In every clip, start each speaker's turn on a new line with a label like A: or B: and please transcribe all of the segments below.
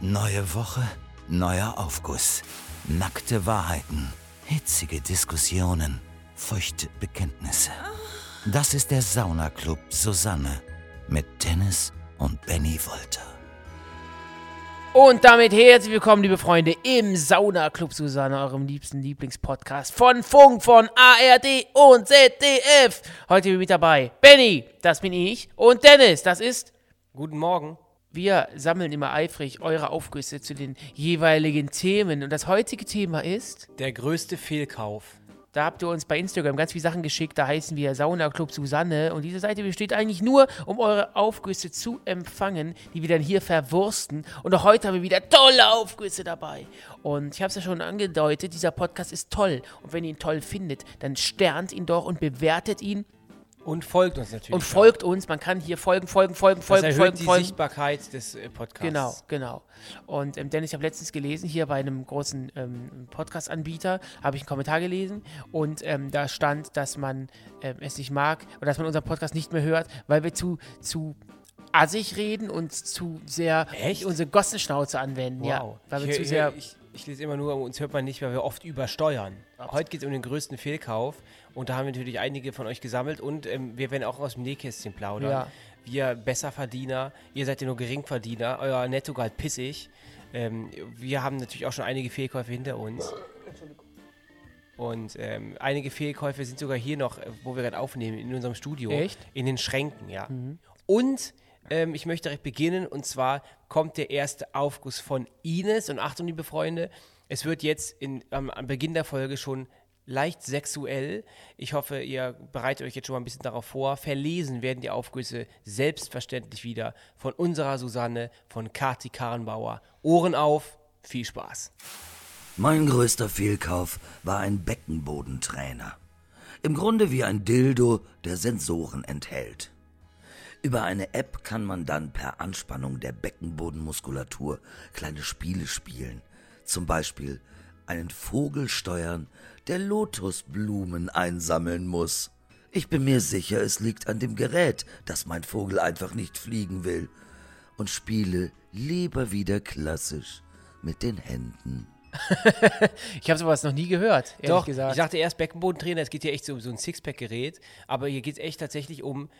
A: Neue Woche, neuer Aufguss. Nackte Wahrheiten, hitzige Diskussionen, feuchte Bekenntnisse. Das ist der Saunaclub Susanne mit Dennis und Benny Wolter.
B: Und damit herzlich willkommen, liebe Freunde, im Sauna Club Susanne, eurem liebsten Lieblingspodcast von Funk, von ARD und ZDF. Heute mit dabei Benny, das bin ich, und Dennis, das ist.
C: Guten Morgen.
B: Wir sammeln immer eifrig eure Aufgüsse zu den jeweiligen Themen. Und das heutige Thema ist,
C: Der größte Fehlkauf.
B: da habt ihr uns bei Instagram ganz viele Sachen geschickt, da heißen wir Sauna Club Susanne. Und diese Seite besteht eigentlich nur, um eure Aufgüsse zu empfangen, die wir dann hier verwursten. Und auch heute haben wir wieder tolle Aufgüsse dabei. Und ich habe es ja schon angedeutet, dieser Podcast ist toll. Und wenn ihr ihn toll findet, dann sternt ihn doch und bewertet ihn
C: Und folgt uns natürlich.
B: und folgt uns. Man kann hier folgen, folgen, folgen,
C: das
B: folgen,
C: erhöht
B: folgen,
C: die
B: folgen.
C: Sichtbarkeit des äh, Podcasts.
B: Genau, genau. Und ähm, Dennis, ich habe letztens gelesen, hier bei einem großen ähm, Podcast-Anbieter, habe ich einen Kommentar gelesen und ähm, da stand, dass man ähm, es nicht mag oder dass man unseren Podcast nicht mehr hört, weil wir zu, zu assig reden und zu sehr
C: Echt?
B: unsere Gossenschnauze anwenden. Ja,
C: Wow.
B: weil wir
C: ich,
B: zu
C: ich-
B: sehr.
C: ich, ich lese immer nur, uns hört man nicht, weil wir oft übersteuern. Heute geht es um den größten Fehlkauf. Und da haben wir natürlich einige von euch gesammelt. Und ähm, wir werden auch aus dem Nähkästchen plaudern.
B: Ja.
C: Wir Besserverdiener, ihr seid ja nur Geringverdiener. Euer Nettogehalt pissig. Ähm, wir haben natürlich auch schon einige Fehlkäufe hinter uns. Und ähm, einige Fehlkäufe sind sogar hier noch, äh, wo wir gerade aufnehmen, in unserem Studio.
B: Echt? Mhm.
C: In den Schränken, ja. Und ähm, ich möchte direkt beginnen. Und zwar kommt der erste Aufguss von Ines. Und Achtung, liebe Freunde, es wird jetzt in, am, am Beginn der Folge schon leicht sexuell. Ich hoffe, ihr bereitet euch jetzt schon mal ein bisschen darauf vor. Verlesen werden die Aufgüsse selbstverständlich wieder von unserer Susanne, von Kati Karrenbauer. Ohren auf, viel Spaß.
A: Mein größter Fehlkauf war ein Beckenbodentrainer. Im Grunde wie ein Dildo, der Sensoren enthält. Über eine App kann man dann per Anspannung der Beckenbodenmuskulatur kleine Spiele spielen. Zum Beispiel einen Vogel steuern, der Lotusblumen einsammeln muss. Ich bin mir sicher, es liegt an dem Gerät, dass mein Vogel einfach nicht fliegen will. Und spiele lieber wieder klassisch mit den Händen.
B: Ich habe sowas noch nie gehört, ehrlich
C: Doch,
B: gesagt.
C: ich dachte erst Beckenbodentrainer, es geht hier echt so um so ein Sixpack-Gerät, aber hier geht es echt tatsächlich um,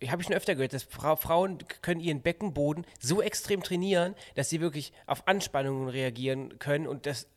C: ich habe schon öfter gehört, dass Fra Frauen k- können ihren Beckenboden so extrem trainieren, dass sie wirklich auf Anspannungen reagieren können und das,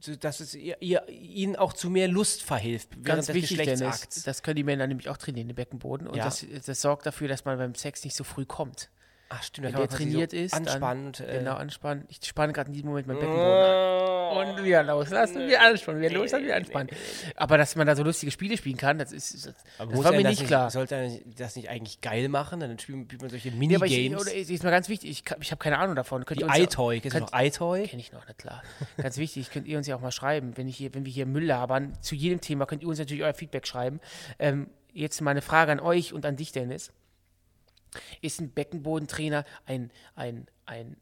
C: so- dass es ihr, ihr, ihnen auch zu mehr Lust verhilft während
B: Ganz
C: des
B: wichtig, Dennis,
C: Geschlechtsakts.
B: das können die Männer nämlich auch trainieren, den Beckenboden. Und
C: Ja.
B: das, das sorgt dafür, dass man beim Sex nicht so früh kommt.
C: Ach stimmt, da
B: Wenn der trainiert
C: so
B: ist,
C: anspannen.
B: dann,
C: und, äh, Ah. Mm.
B: genau anspannen. Ich spanne gerade in diesem Moment mein Beckenboden an. Und wieder loslassen, wieder anspannen, wieder loslassen, wieder anspannen. Aber dass man da so lustige Spiele spielen kann, das ist das,
C: Aber
B: das
C: muss
B: war
C: einem
B: mir
C: das
B: nicht klar.
C: Sollte einem das nicht eigentlich geil machen? Dann spielt man solche
B: Nee, aber ich,
C: Minigames.
B: oder, ich- ist mir ganz wichtig, ich, kann- ich habe keine Ahnung davon. Könnt
C: Die
B: ihr uns ja-
C: Eye-Toy, kennst du
B: könnt,
C: noch Eye-Toy?
B: Kenne ich noch, na klar. Ganz wichtig, könnt ihr uns ja auch mal schreiben, wenn, ich hier, wenn wir hier Müll labern. Zu jedem Thema könnt ihr uns natürlich euer Feedback schreiben. Ähm, jetzt meine Frage an euch und an dich, Dennis. Ist ein Beckenbodentrainer ein, ein, ein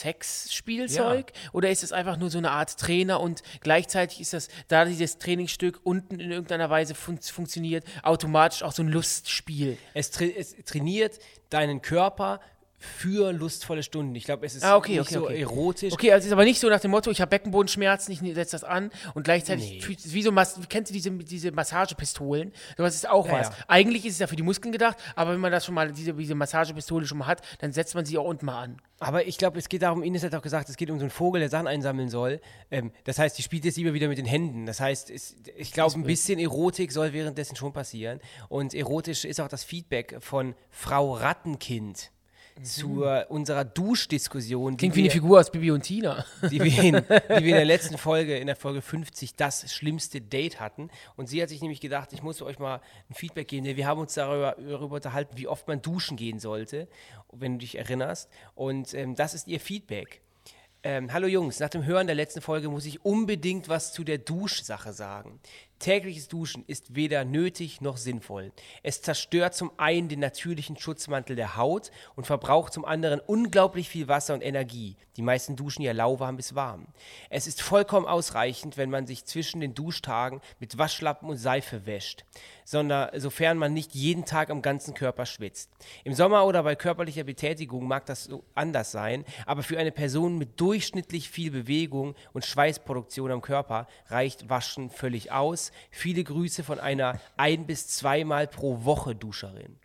B: Sexspielzeug oder ist es einfach nur so eine Art Trainer und gleichzeitig ist das, da dieses Trainingsstück unten in irgendeiner Weise fun funktioniert, automatisch auch so ein Lustspiel?
C: Es, tra es trainiert deinen Körper für lustvolle Stunden. Ich glaube, es ist
B: Ah, okay,
C: nicht
B: okay,
C: so
B: okay.
C: erotisch.
B: Okay, also es ist aber nicht so nach dem Motto, ich habe Beckenbodenschmerzen, ich setze das an und gleichzeitig
C: Nee.
B: fühlt es wie so, Mas kennst du diese, diese Massagepistolen? Sowas ist auch
C: Ja,
B: was.
C: ja.
B: Eigentlich ist es ja für die Muskeln gedacht, aber wenn man das schon mal, diese, diese Massagepistole schon mal hat, dann setzt man sie auch unten mal an.
C: Aber ich glaube, es geht darum, Ines hat auch gesagt, es geht um so einen Vogel, der Sachen einsammeln soll. Ähm, das heißt, die spielt jetzt lieber wieder mit den Händen. Das heißt, es, ich glaube, ein bisschen Erotik soll währenddessen schon passieren. Und erotisch ist auch das Feedback von Frau Rattenkind zu unserer Duschdiskussion. die
B: Mhm. Klingt wie eine
C: wir-
B: Figur aus Bibi und Tina.
C: die wir, in, die wir in der letzten Folge, in der Folge 50, das schlimmste Date hatten. Und sie hat sich nämlich gedacht, ich muss euch mal ein Feedback geben, denn wir haben uns darüber, darüber unterhalten, wie oft man duschen gehen sollte, wenn du dich erinnerst. Und ähm, das ist ihr Feedback. Ähm, hallo Jungs, nach dem Hören der letzten Folge muss ich unbedingt was zu der Duschsache sagen. Tägliches Duschen ist weder nötig noch sinnvoll. Es zerstört zum einen den natürlichen Schutzmantel der Haut und verbraucht zum anderen unglaublich viel Wasser und Energie. Die meisten duschen ja lauwarm bis warm. Es ist vollkommen ausreichend, wenn man sich zwischen den Duschtagen mit Waschlappen und Seife wäscht, sondern sofern man nicht jeden Tag am ganzen Körper schwitzt. Im Sommer oder bei körperlicher Betätigung mag das so anders sein, aber für eine Person mit durchschnittlich viel Bewegung und Schweißproduktion am Körper reicht Waschen völlig aus. Viele Grüße von einer ein- bis zweimal pro Woche Duscherin.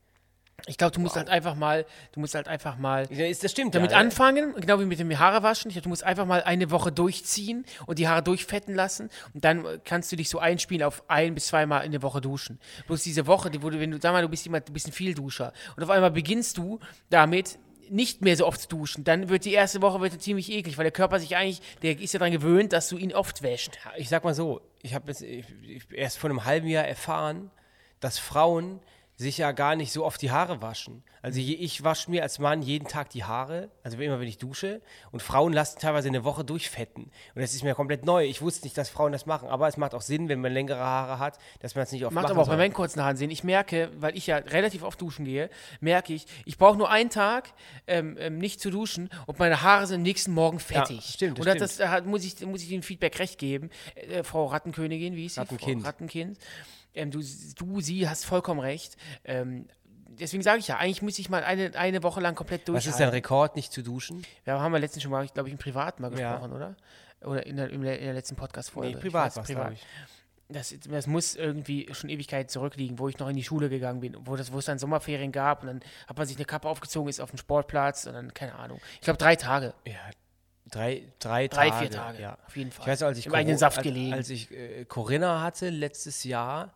B: Ich glaube, du musst halt einfach mal, du musst halt einfach mal
C: Ja, ist- Das stimmt.
B: damit
C: ja, ne?
B: anfangen, genau wie mit dem Haare waschen. Ich glaub, Du musst einfach mal eine Woche durchziehen und die Haare durchfetten lassen und dann äh, kannst du dich so einspielen auf ein bis zweimal in der Woche duschen. Bloß diese Woche, die wurde, wenn du, sag mal, du bist jemand, du bist ein Vielduscher und auf einmal beginnst du damit nicht mehr so oft zu duschen, dann wird die erste Woche wird ziemlich eklig, weil der Körper sich eigentlich, der ist ja daran gewöhnt, dass du ihn oft wäscht.
C: ich sag mal so, ich habe jetzt ich, ich, erst vor einem halben Jahr erfahren, dass Frauen sich ja gar nicht so oft die Haare waschen. Also je, ich wasche mir als Mann jeden Tag die Haare, also immer wenn ich dusche. Und Frauen lassen teilweise eine Woche durchfetten. Und das ist mir komplett neu. Ich wusste nicht, dass Frauen das machen. Aber es macht auch Sinn, wenn man längere Haare hat, dass man es nicht oft
B: Macht
C: machen
B: aber auch
C: soll.
B: bei meinen kurzen Haaren Sinn. Ich merke, weil ich ja relativ oft duschen gehe, merke ich, ich brauche nur einen Tag ähm, ähm, nicht zu duschen und meine Haare sind am nächsten Morgen fettig.
C: stimmt, das
B: Und das, das äh, hat, muss ich muss ich dem Feedback recht geben. Äh, Frau Rattenkönigin, wie hieß sie?
C: Rattenkind.
B: Frau Rattenkind. Ähm, du, du, sie hast vollkommen recht. Ähm, deswegen sage ich ja, eigentlich müsste ich mal eine, eine Woche lang komplett
C: Was
B: durchhalten.
C: ist dein Rekord, nicht zu duschen?
B: Wir haben ja letztens schon mal, ich glaube, ich im Privat mal
C: Ja.
B: gesprochen, oder? Oder in der, in der, in der letzten Podcast-Folge. Ich weiß,
C: war's, glaub ich.
B: das, das muss irgendwie schon Ewigkeit zurückliegen, wo ich noch in die Schule gegangen bin, wo, das, wo es dann Sommerferien gab und dann hat man sich eine Kappe aufgezogen, ist auf dem Sportplatz und dann, keine Ahnung. Ich glaube, drei Tage.
C: Ja, drei, drei,
B: Drei,
C: Tage.
B: vier Tage.
C: Ja.
B: Auf jeden Fall.
C: Ich weiß, als ich,
B: Im eigenen
C: Coro-
B: Saft
C: als,
B: gelegen.
C: als ich äh, Corinna hatte letztes Jahr,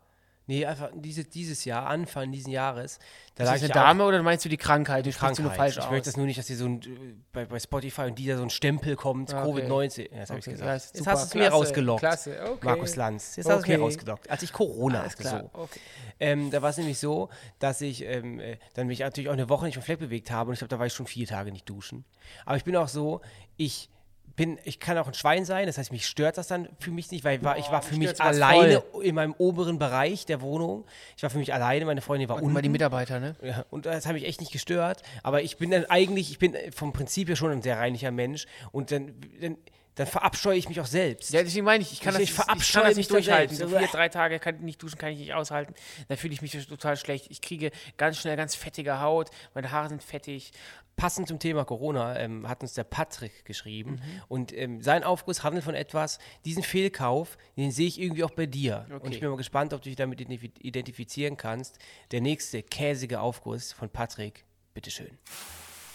C: nee, einfach diese, dieses Jahr, Anfang diesen Jahres, da
B: ist
C: lag
B: das
C: ich
B: eine
C: auch-
B: Dame oder meinst du die Krankheit? Du sprichst sie nur
C: Krankheit.
B: falsch
C: ich
B: aus.
C: möchte das nur nicht, dass hier so ein, äh, bei, bei Spotify und dieser so ein Stempel kommt,
B: Ah, okay.
C: Covid-19. Ja, das habe ich
B: Okay,
C: gesagt.
B: ja,
C: jetzt
B: super,
C: hast du es mir
B: klasse,
C: rausgelockt,
B: klasse, okay.
C: Markus Lanz. Jetzt hast du es mir
B: Okay.
C: rausgelockt, als ich Corona
B: Alles
C: hatte.
B: klar.
C: So.
B: Okay.
C: Ähm, da war es nämlich so, dass ich ähm, äh, dann mich natürlich auch eine Woche nicht vom Fleck bewegt habe und ich glaube, da war ich schon vier Tage nicht duschen. Aber ich bin auch so, ich bin, ich kann auch ein Schwein sein, das heißt, mich stört das dann für mich nicht, weil ich war, ich war für
B: mich
C: mich
B: stört's was
C: alleine in meinem oberen Bereich der Wohnung. Ich war für mich alleine, meine Freundin war
B: Und mal die
C: unten.
B: Mitarbeiter, ne?
C: Ja, und das hat mich echt nicht gestört. Aber ich bin dann eigentlich, ich bin vom Prinzip her schon ein sehr reinlicher Mensch. Und dann, dann, dann verabscheue ich mich auch selbst.
B: Ja, deswegen meine ich, ich kann
C: Ich-
B: das,
C: ich
B: ich, ich
C: verabscheue
B: kann das
C: mich
B: nicht
C: dann
B: durchhalten. So
C: selbst.
B: vier, drei Tage kann ich nicht duschen, kann ich nicht aushalten. Dann fühle ich mich total schlecht. Ich kriege ganz schnell ganz fettige Haut, meine Haare sind fettig.
C: Passend zum Thema Corona ähm, hat uns der Patrick geschrieben.
B: Mhm.
C: Und ähm, sein Aufguss handelt von etwas, diesen Fehlkauf, den sehe ich irgendwie auch bei dir. Und
B: Okay.
C: ich bin mal gespannt, ob du dich damit identif- identifizieren kannst. Der nächste käsige Aufguss von Patrick. Bitteschön.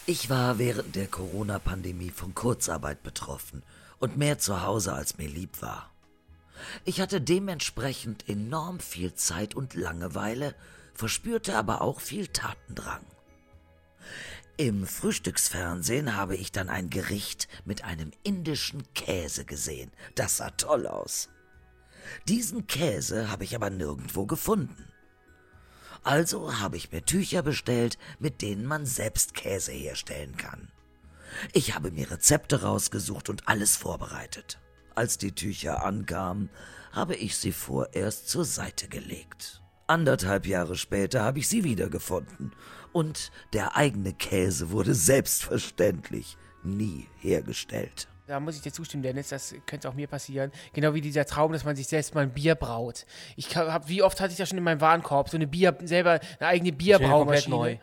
A: Ich war während der Corona-Pandemie von Kurzarbeit betroffen und mehr zu Hause als mir lieb war. Ich hatte dementsprechend enorm viel Zeit und Langeweile, verspürte aber auch viel Tatendrang. Im Frühstücksfernsehen habe ich dann ein Gericht mit einem indischen Käse gesehen. Das sah toll aus. Diesen Käse habe ich aber nirgendwo gefunden. Also habe ich mir Tücher bestellt, mit denen man selbst Käse herstellen kann. Ich habe mir Rezepte rausgesucht und alles vorbereitet. Als die Tücher ankamen, habe ich sie vorerst zur Seite gelegt. Anderthalb Jahre später habe ich sie wiedergefunden und der eigene Käse wurde selbstverständlich nie hergestellt.
B: Da muss ich dir zustimmen, Dennis, das könnte auch mir passieren. Genau wie dieser Traum, dass man sich selbst mal ein Bier braut. Ich habe, wie oft hatte ich das schon in meinem Warenkorb, so eine Bier, selber eine eigene Bierbraumaschine.
C: komplett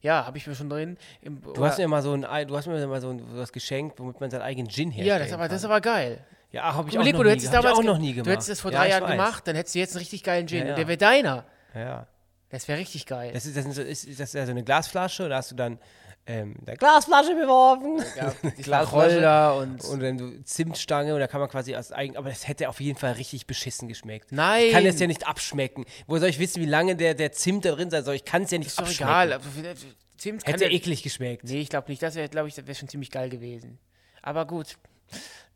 B: Ja, habe ich mir schon drin. Im,
C: Du hast mir mal so ein, Ei- du hast mir mal so ein, was geschenkt, womit man seinen eigenen Gin herstellt.
B: ja, das ist aber, das ist aber geil.
C: Ja, habe ich, auch
B: Überleg
C: noch
B: mal, du
C: nie
B: hättest
C: ge- hab ich
B: damals
C: auch
B: ge-
C: noch nie gemacht.
B: Du hättest das vor
C: Ja,
B: drei
C: ich
B: Jahren
C: weiß.
B: gemacht, dann hättest du jetzt einen richtig geilen Gin.
C: Ja, ja.
B: Und der wäre deiner.
C: Ja, ja.
B: Das wäre richtig geil.
C: Das ist, das sind so- ist, ist das ja so eine Glasflasche oder hast du dann ähm, eine Glasflasche beworfen?
B: Ja, die
C: Glasflasche
B: Wacholder und-
C: und dann so Zimtstange und da kann man quasi aus eigen, aber das hätte auf jeden Fall richtig beschissen geschmeckt.
B: Nein.
C: Ich kann das ja nicht abschmecken. Wo soll ich wissen, wie lange der, der Zimt da drin sein soll? Ich kann es ja nicht
B: ist doch
C: abschmecken.
B: egal. Zimt kann
C: Hätte
B: ja,
C: eklig geschmeckt.
B: Nee, ich glaube nicht. Das wäre, glaube ich, das wäre schon ziemlich geil gewesen. Aber gut,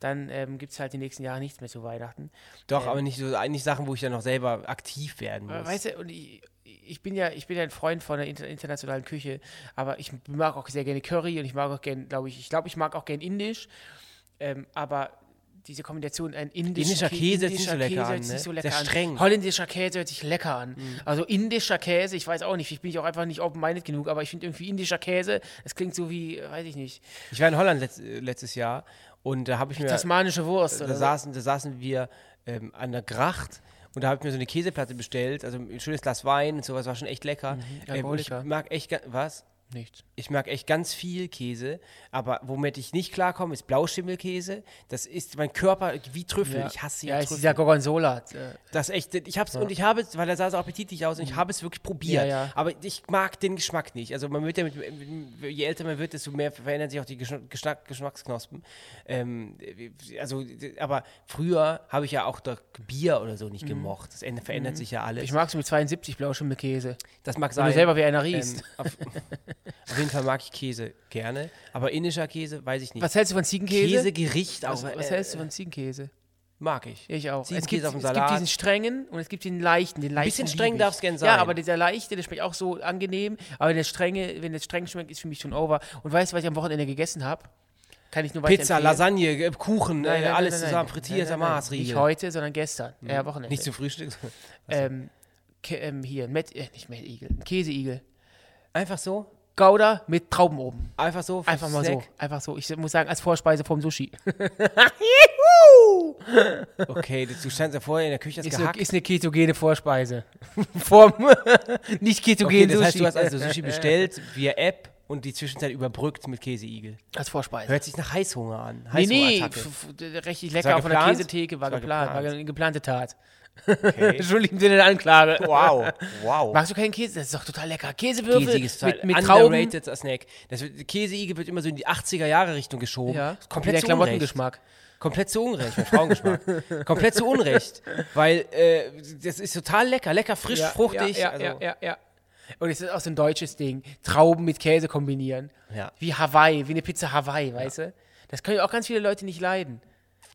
B: dann ähm, gibt es halt die nächsten Jahre nichts mehr zu Weihnachten.
C: Doch, aber nicht so eigentlich Sachen, wo ich dann noch selber aktiv werden
B: Aber
C: muss.
B: weißt du, und ich, ich bin ja, ich bin ja ein Freund von der inter internationalen Küche, aber ich mag auch sehr gerne Curry und ich mag auch gerne, glaube ich, ich glaube, ich mag auch gerne Indisch. Ähm, aber diese Kombination, ein indischer,
C: Indischer
B: Kä-
C: Käse hört sich nicht so lecker an,
B: hört sich
C: ne?
B: so
C: Sehr
B: lecker an.
C: streng. Mhm.
B: Holländischer Käse hört sich lecker an. Also indischer Käse, ich weiß auch nicht, ich bin ich auch einfach nicht open-minded genug, aber ich finde irgendwie indischer Käse, das klingt so wie, äh, weiß ich nicht,
C: Ich war in Holland letzt, äh, letztes Jahr und da habe ich mir.
B: tasmanische Wurst.
C: da,
B: Oder so.
C: saßen, da saßen wir ähm, an der Gracht und da habe ich mir so eine Käseplatte bestellt, also ein schönes Glas Wein und sowas, war schon echt lecker. ähm, und
B: Mhm.
C: ich
B: Alkoholiker.
C: mag echt, ga- was?
B: Nichts.
C: Ich mag echt ganz viel Käse, aber womit ich nicht klarkomme, ist Blauschimmelkäse. Das ist mein Körper wie Trüffel. Ich hasse ja,
B: ja, ist
C: Trüffel.
B: dieser Gorgonzola. äh,
C: Das ist echt, ich hab's, und ich habe es, weil er sah so appetitlich aus, und ich habe es wirklich probiert.
B: Ja, Mhm. ja.
C: Aber ich mag den Geschmack nicht. Also man wird ja mit, je älter man wird, desto mehr verändern sich auch die Geschna- Geschna- Geschmacksknospen. Ähm, also, aber früher habe ich ja auch doch Bier oder so nicht gemocht. Das änd- verändert sich ja alles.
B: Mhm. Ich mag so mit 72 Blauschimmelkäse.
C: das mag
B: Wenn
C: sein.
B: du selber wie einer riechst.
C: ähm, auf, auf jeden Fall mag ich Käse gerne, aber indischer Käse weiß ich nicht.
B: was hältst du von Ziegenkäse?
C: Käsegericht Ähm, auch.
B: was, was
C: äh,
B: hältst du von Ziegenkäse?
C: Mag ich.
B: Ich auch.
C: Ziegenkäse
B: Es gibt,
C: auf dem
B: es gibt
C: Salat.
B: diesen strengen und es gibt den leichten. Den leichten
C: bisschen streng
B: liebe ich.
C: darf's gern
B: Ja,
C: sein.
B: aber dieser leichte, der schmeckt auch so angenehm. Aber der strenge, wenn der streng schmeckt, ist für mich schon over. Und weißt du, was ich am Wochenende gegessen habe? Kann ich nur
C: Pizza,
B: weiterempfehlen.
C: Lasagne, äh, Kuchen,
B: Nein,
C: äh,
B: nein, nein,
C: alles
B: nein, nein.
C: zusammen,
B: Nein,
C: frittiert,
B: nein,
C: am
B: nein.
C: Maßriegel. Hm.
B: Nicht heute, sondern gestern. Ja, Wochenende.
C: Nicht zum Frühstück. sondern-
B: ähm, Ke- ähm, hier, ein Met, äh, nicht Mettigel, ein Käseigel.
C: Einfach so?
B: Gouda mit Trauben oben.
C: Einfach so? für
B: Einfach mal so.
C: Snack?
B: Einfach so. Ich muss sagen, als Vorspeise vom Sushi.
C: Okay, du, du standst ja vorher in der Küche, hast
B: Ist,
C: gehackt.
B: eine, ist eine ketogene Vorspeise. Vom nicht
C: okay,
B: ketogenen
C: das heißt,
B: Sushi.
C: du hast also Sushi bestellt via App und die Zwischenzeit überbrückt mit Käseigel.
B: als Vorspeise.
C: Hört sich nach Heißhunger an.
B: Nee, nee,
C: Heißhungerattacke.
B: f- f- richtig
C: war
B: lecker auf einer
C: geplant?
B: Käsetheke, war
C: Das war
B: geplant, war
C: geplant.
B: eine geplante Tat.
C: Okay. Oh.
B: Entschuldigen Sie den Anklage.
C: Wow, wow.
B: Magst du keinen Käse? Das ist doch total lecker. Käsewürfel
C: Käsiges Teil.
B: mit, mit Trauben.
C: Underrated Snack. Das wird, Käseigel wird immer so in die 80er-Jahre-Richtung geschoben.
B: Ja,
C: komplett
B: der
C: zu Unrecht.
B: Klamottengeschmack.
C: Komplett zu Unrecht, mein Frauengeschmack. Komplett zu Unrecht, weil äh, das ist total lecker, lecker, frisch,
B: Ja,
C: fruchtig.
B: Ja, ja,
C: also,
B: ja, ja, ja. Und es ist auch so ein deutsches Ding. Trauben mit Käse kombinieren.
C: Ja.
B: Wie Hawaii, wie eine Pizza Hawaii, weißt du? Das können ja auch ganz viele Leute nicht leiden.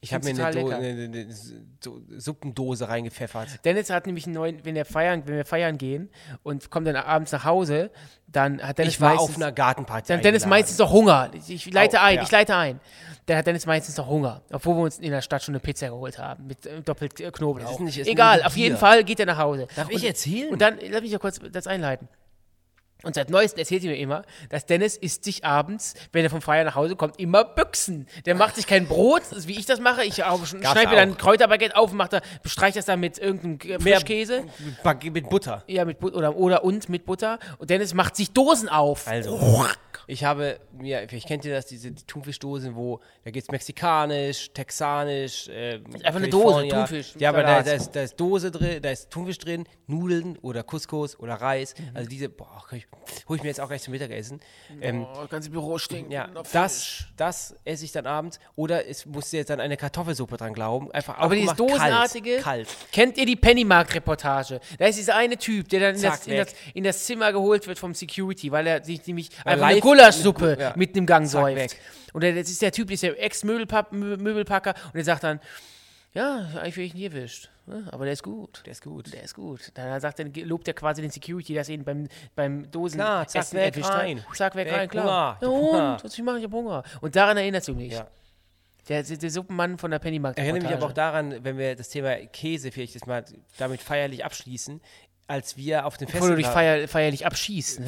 C: Ich habe mir
B: Find's
C: eine,
B: total
C: Do
B: lecker.
C: eine, eine, eine Su- Suppendose reingepfeffert.
B: Dennis hat nämlich einen neuen, wenn wir feiern, wenn wir feiern gehen und kommt dann abends nach Hause, dann hat Dennis
C: Ich war
B: meistens,
C: auf einer Gartenparty.
B: Dann hat Dennis
C: eingeladen.
B: meistens noch Hunger. Ich leite
C: Au,
B: ein,
C: Oh, ja.
B: ich leite ein. Dann hat Dennis meistens noch Hunger, obwohl wir uns in der Stadt schon eine Pizza geholt haben mit äh, doppelt äh, Knoblauch.
C: ist nicht- ist
B: Egal,
C: nur
B: auf jeden
C: Bier.
B: Fall geht er nach Hause.
C: Darf ich erzählen?
B: Und dann, lass mich ja kurz das einleiten. Und seit Neuestem erzählt sie mir immer, dass Dennis isst sich abends, wenn er vom Feier nach Hause kommt, immer Büchsen. Der macht sich kein Brot, so wie ich das mache. Ich auch- schneide mir dann
C: auch.
B: Kräuterbaguette auf und mach da, bestreiche das dann mit irgendeinem äh,
C: Mehr-
B: Frischkäse.
C: Mit Bag- mit Butter.
B: Ja, mit But oder, oder und mit Butter. Und Dennis macht sich Dosen auf.
C: Also, ich habe mir, vielleicht kennt ihr das, diese die Thunfischdosen, wo da geht's mexikanisch, texanisch. ähm,
B: einfach eine Dose,
C: California.
B: Thunfisch,
C: Ja, aber da,
B: Salat.
C: da, ist, da ist Dose drin, da ist Thunfisch drin, Nudeln oder Couscous oder Reis.
B: Mhm.
C: Also diese, boah, kann ich, hol ich mir jetzt auch gleich zum Mittagessen. Ähm,
B: Oh, das ganze Büro stinkt.
C: ja,
B: nach Fisch.
C: das, das esse ich dann abends. Oder es muss jetzt an eine Kartoffelsuppe dran glauben. Einfach
B: Aber dieses
C: aufgemacht,
B: Dosenartige-
C: Kalt, kalt.
B: Kennt ihr die Pennymark-Reportage? Da ist dieser eine Typ, der dann in
C: Zack,
B: das, in,
C: weg.
B: das, in das Zimmer geholt wird vom Security, weil er sich nämlich einfach
C: live-
B: eine Gulaschsuppe
C: Ja.
B: mit einem Gang
C: Zack,
B: säuft.
C: weg.
B: Und der- das ist der Typ, der ist der Ex-Möbelpacker und der sagt dann, ja, eigentlich will ich ihn hier wischt. ne? Aber der ist gut.
C: Der ist gut.
B: Der ist gut. Dann sagt er, lobt er quasi den Security, dass er ihn beim, beim Dosen
C: Klar, zack,
B: Essen
C: weg,
B: erwischt hat.
C: rein.
B: Zack, weg,
C: Weg,
B: rein, klar.
C: Hunger.
B: Ja,
C: Hunger.
B: und? Was soll ich machen? Ich hab Hunger. Und daran erinnerst du mich.
C: Ja.
B: Der, der Suppenmann von der Pennymarkt. Oh,
C: Ich erinnere mich aber auch daran, wenn wir das Thema Käse vielleicht jetzt mal damit feierlich abschließen, als wir auf dem
B: Bevor du
C: Festival,
B: dich feier, feierlich abschießt. Ne?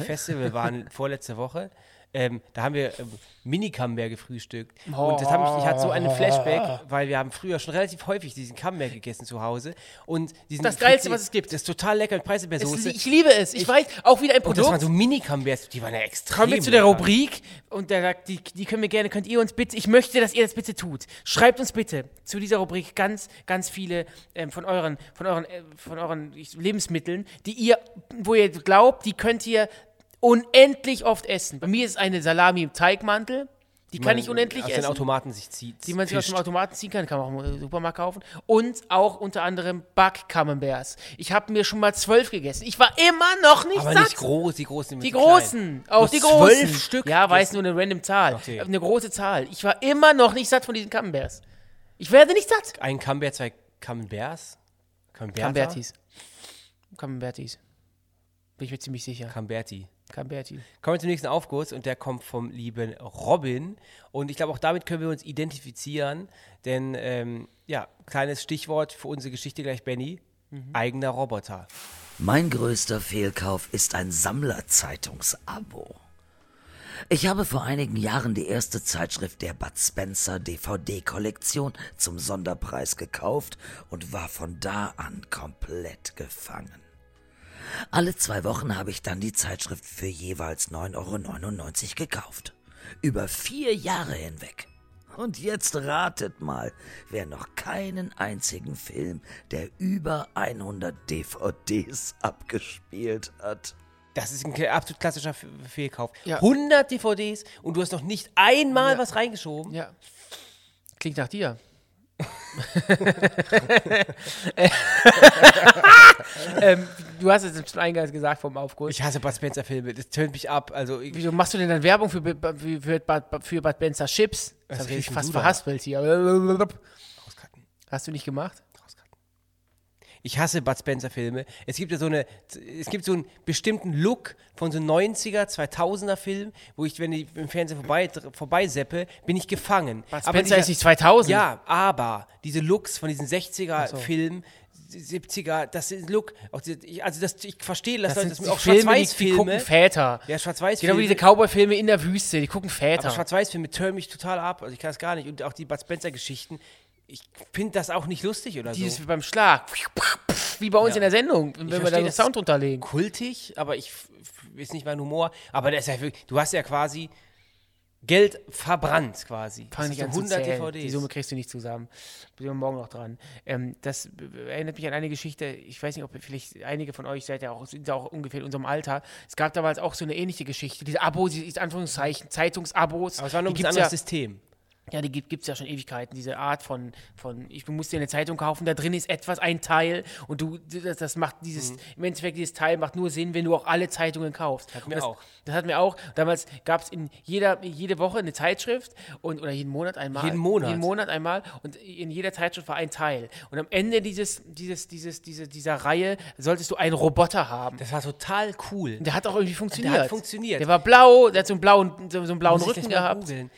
C: Festival waren vorletzte Woche, ähm, da haben wir ähm, Mini-Camembert gefrühstückt.
B: Oh.
C: Und das hat mich, ich hatte so einen Flashback, weil wir haben früher schon relativ häufig diesen Camembert gegessen zu Hause. Und diesen
B: Das Geilste, was es
C: gibt. Das ist total lecker mit
B: Es,
C: Preiselbeersoße.
B: ich liebe es. Ich, weiß, auch wieder ein
C: Und das
B: Produkt.
C: waren so Mini-Camemberts, die waren ja extrem
B: Kommen wir zu der
C: lecker.
B: Rubrik und da sagt, die, die können wir gerne, könnt ihr uns bitte, ich möchte, dass ihr das bitte tut. Schreibt uns bitte zu dieser Rubrik ganz, ganz viele ähm, von euren, von euren, äh, von euren Lebensmitteln, die ihr, wo ihr glaubt, die könnt ihr unendlich oft essen. Bei mir ist es eine Salami im Teigmantel, die kann ich unendlich
C: aus den
B: essen.
C: Automaten sich zieht.
B: die man sich aus dem Automaten ziehen kann, kann man auch im Supermarkt kaufen. Und auch unter anderem Back-Camemberts. Ich habe mir schon mal zwölf gegessen. Ich war immer noch nicht
C: aber
B: satt.
C: nicht groß, die großen.
B: Die großen, auch die großen.
C: zwölf Stück.
B: Ja, weiß nur eine random Zahl.
C: Okay.
B: Eine große Zahl. Ich war immer noch nicht satt von diesen Camemberts. Ich werde nicht satt.
C: Ein Camembert, zwei Camemberts? Camemberta?
B: Camembertis. Camembertis. Bin ich mir ziemlich sicher.
C: Camberti.
B: Camberti.
C: Kommen wir zum nächsten Aufguss und der kommt vom lieben Robin. Und ich glaube, auch damit können wir uns identifizieren, denn ähm, ja, kleines Stichwort für unsere Geschichte gleich, Benny.
B: Mhm.
C: Eigener Roboter.
A: Mein größter Fehlkauf ist ein Sammlerzeitungsabo. Ich habe vor einigen Jahren die erste Zeitschrift der Bud Spencer DVD-Kollektion zum Sonderpreis gekauft und war von da an komplett gefangen. Alle zwei Wochen habe ich dann die Zeitschrift für jeweils 9,99 Euro gekauft. Über vier Jahre hinweg. Und jetzt ratet mal, wer noch keinen einzigen Film der über 100 DVDs abgespielt hat.
C: Das ist ein kla- absolut klassischer F- Fehlkauf.
B: Ja.
C: 100 DVDs und du hast noch nicht einmal was reingeschoben.
B: Ja. Klingt nach dir. ähm, du hast es zum Eingang gesagt vom Aufguss.
C: Ich hasse Bud Spencer-Filme, das tönt mich ab. Also, ich,
B: Wieso machst du denn dann Werbung für, Bi- Ba- für, für, Bad- für Bad Benzer Chips? Das
C: Was
B: habe ich
C: redest denn
B: fast
C: du da?
B: verhaspelt hier.
C: Auskacken,
B: Hast du nicht gemacht?
C: auskacken. ich hasse Bud Spencer-Filme. Es gibt ja so eine, es gibt so einen bestimmten Look von so 90er, 2000er Filmen, wo ich, wenn ich im Fernsehen vorbei, vorbeiseppe, bin ich gefangen.
B: Bud
C: Aber
B: Spencer ist
C: dieser-
B: nicht 2000.
C: Ja, aber diese Looks von diesen
B: so.
C: 60er-Filmen, 70er, das ist ein Look, auch diese- ich- also das, ich verstehe, dass
B: Das
C: Leute-
B: sind
C: das
B: die
C: mir auch
B: Filme, die, die
C: Schwarz-Weiß-Filme.
B: gucken Väter.
C: Ja, Schwarz-Weiß-Filme.
B: Genau wie diese Cowboy-Filme in der Wüste, die gucken
C: Aber
B: Väter.
C: Schwarz-Weiß-Filme tören mich total ab. Also ich kann das gar nicht. Und auch die Bud Spencer-Geschichten. Ich finde das auch nicht lustig oder
B: Die ist
C: so.
B: wie beim Schlag. Wie bei uns in der Sendung, wenn wir da
C: verstehe
B: den
C: das.
B: Sound runterlegen.
C: Kultig, aber ich f- f- ist nicht mein Humor. Aber das ist ja wirklich, du hast ja quasi Geld verbrannt quasi.
B: Fang
C: Das
B: nicht
C: sind
B: an
C: so
B: zu zählen.
C: DVDs.
B: Die Summe kriegst du nicht zusammen. Bin wir morgen noch dran. Ähm, das äh, erinnert mich an eine Geschichte. Ich weiß nicht, ob vielleicht einige von euch seid ja auch, sind ja auch ungefähr in unserem Alter. Es gab damals auch so eine ähnliche Geschichte. Diese Abos, diese Anführungszeichen, Zeitungsabos.
C: aber es war noch ein
B: die
C: bisschen
B: gibt's
C: anderes
B: ja,
C: System.
B: ja, die gibt es ja schon Ewigkeiten, diese Art von, von ich muss dir eine Zeitung kaufen, da drin ist etwas, ein Teil und du, das, das macht dieses,
C: Mhm.
B: im Endeffekt dieses Teil macht nur Sinn, wenn du auch alle Zeitungen kaufst. Hatten
C: wir
B: das,
C: auch.
B: Das hatten wir auch. Damals gab es in jeder, jede Woche eine Zeitschrift und, oder jeden Monat einmal.
C: Jeden Monat?
B: Jeden Monat einmal und in jeder Zeitschrift war ein Teil. Und am Ende dieses, dieses, dieses, diese, dieser Reihe solltest du einen Roboter haben.
C: Das war total cool.
B: Und der hat auch irgendwie funktioniert.
C: funktioniert.
B: Der war blau, der hat so einen blauen, so so einen blauen
C: Muss ich
B: Rücken
C: gleich mal
B: gehabt.
C: googeln.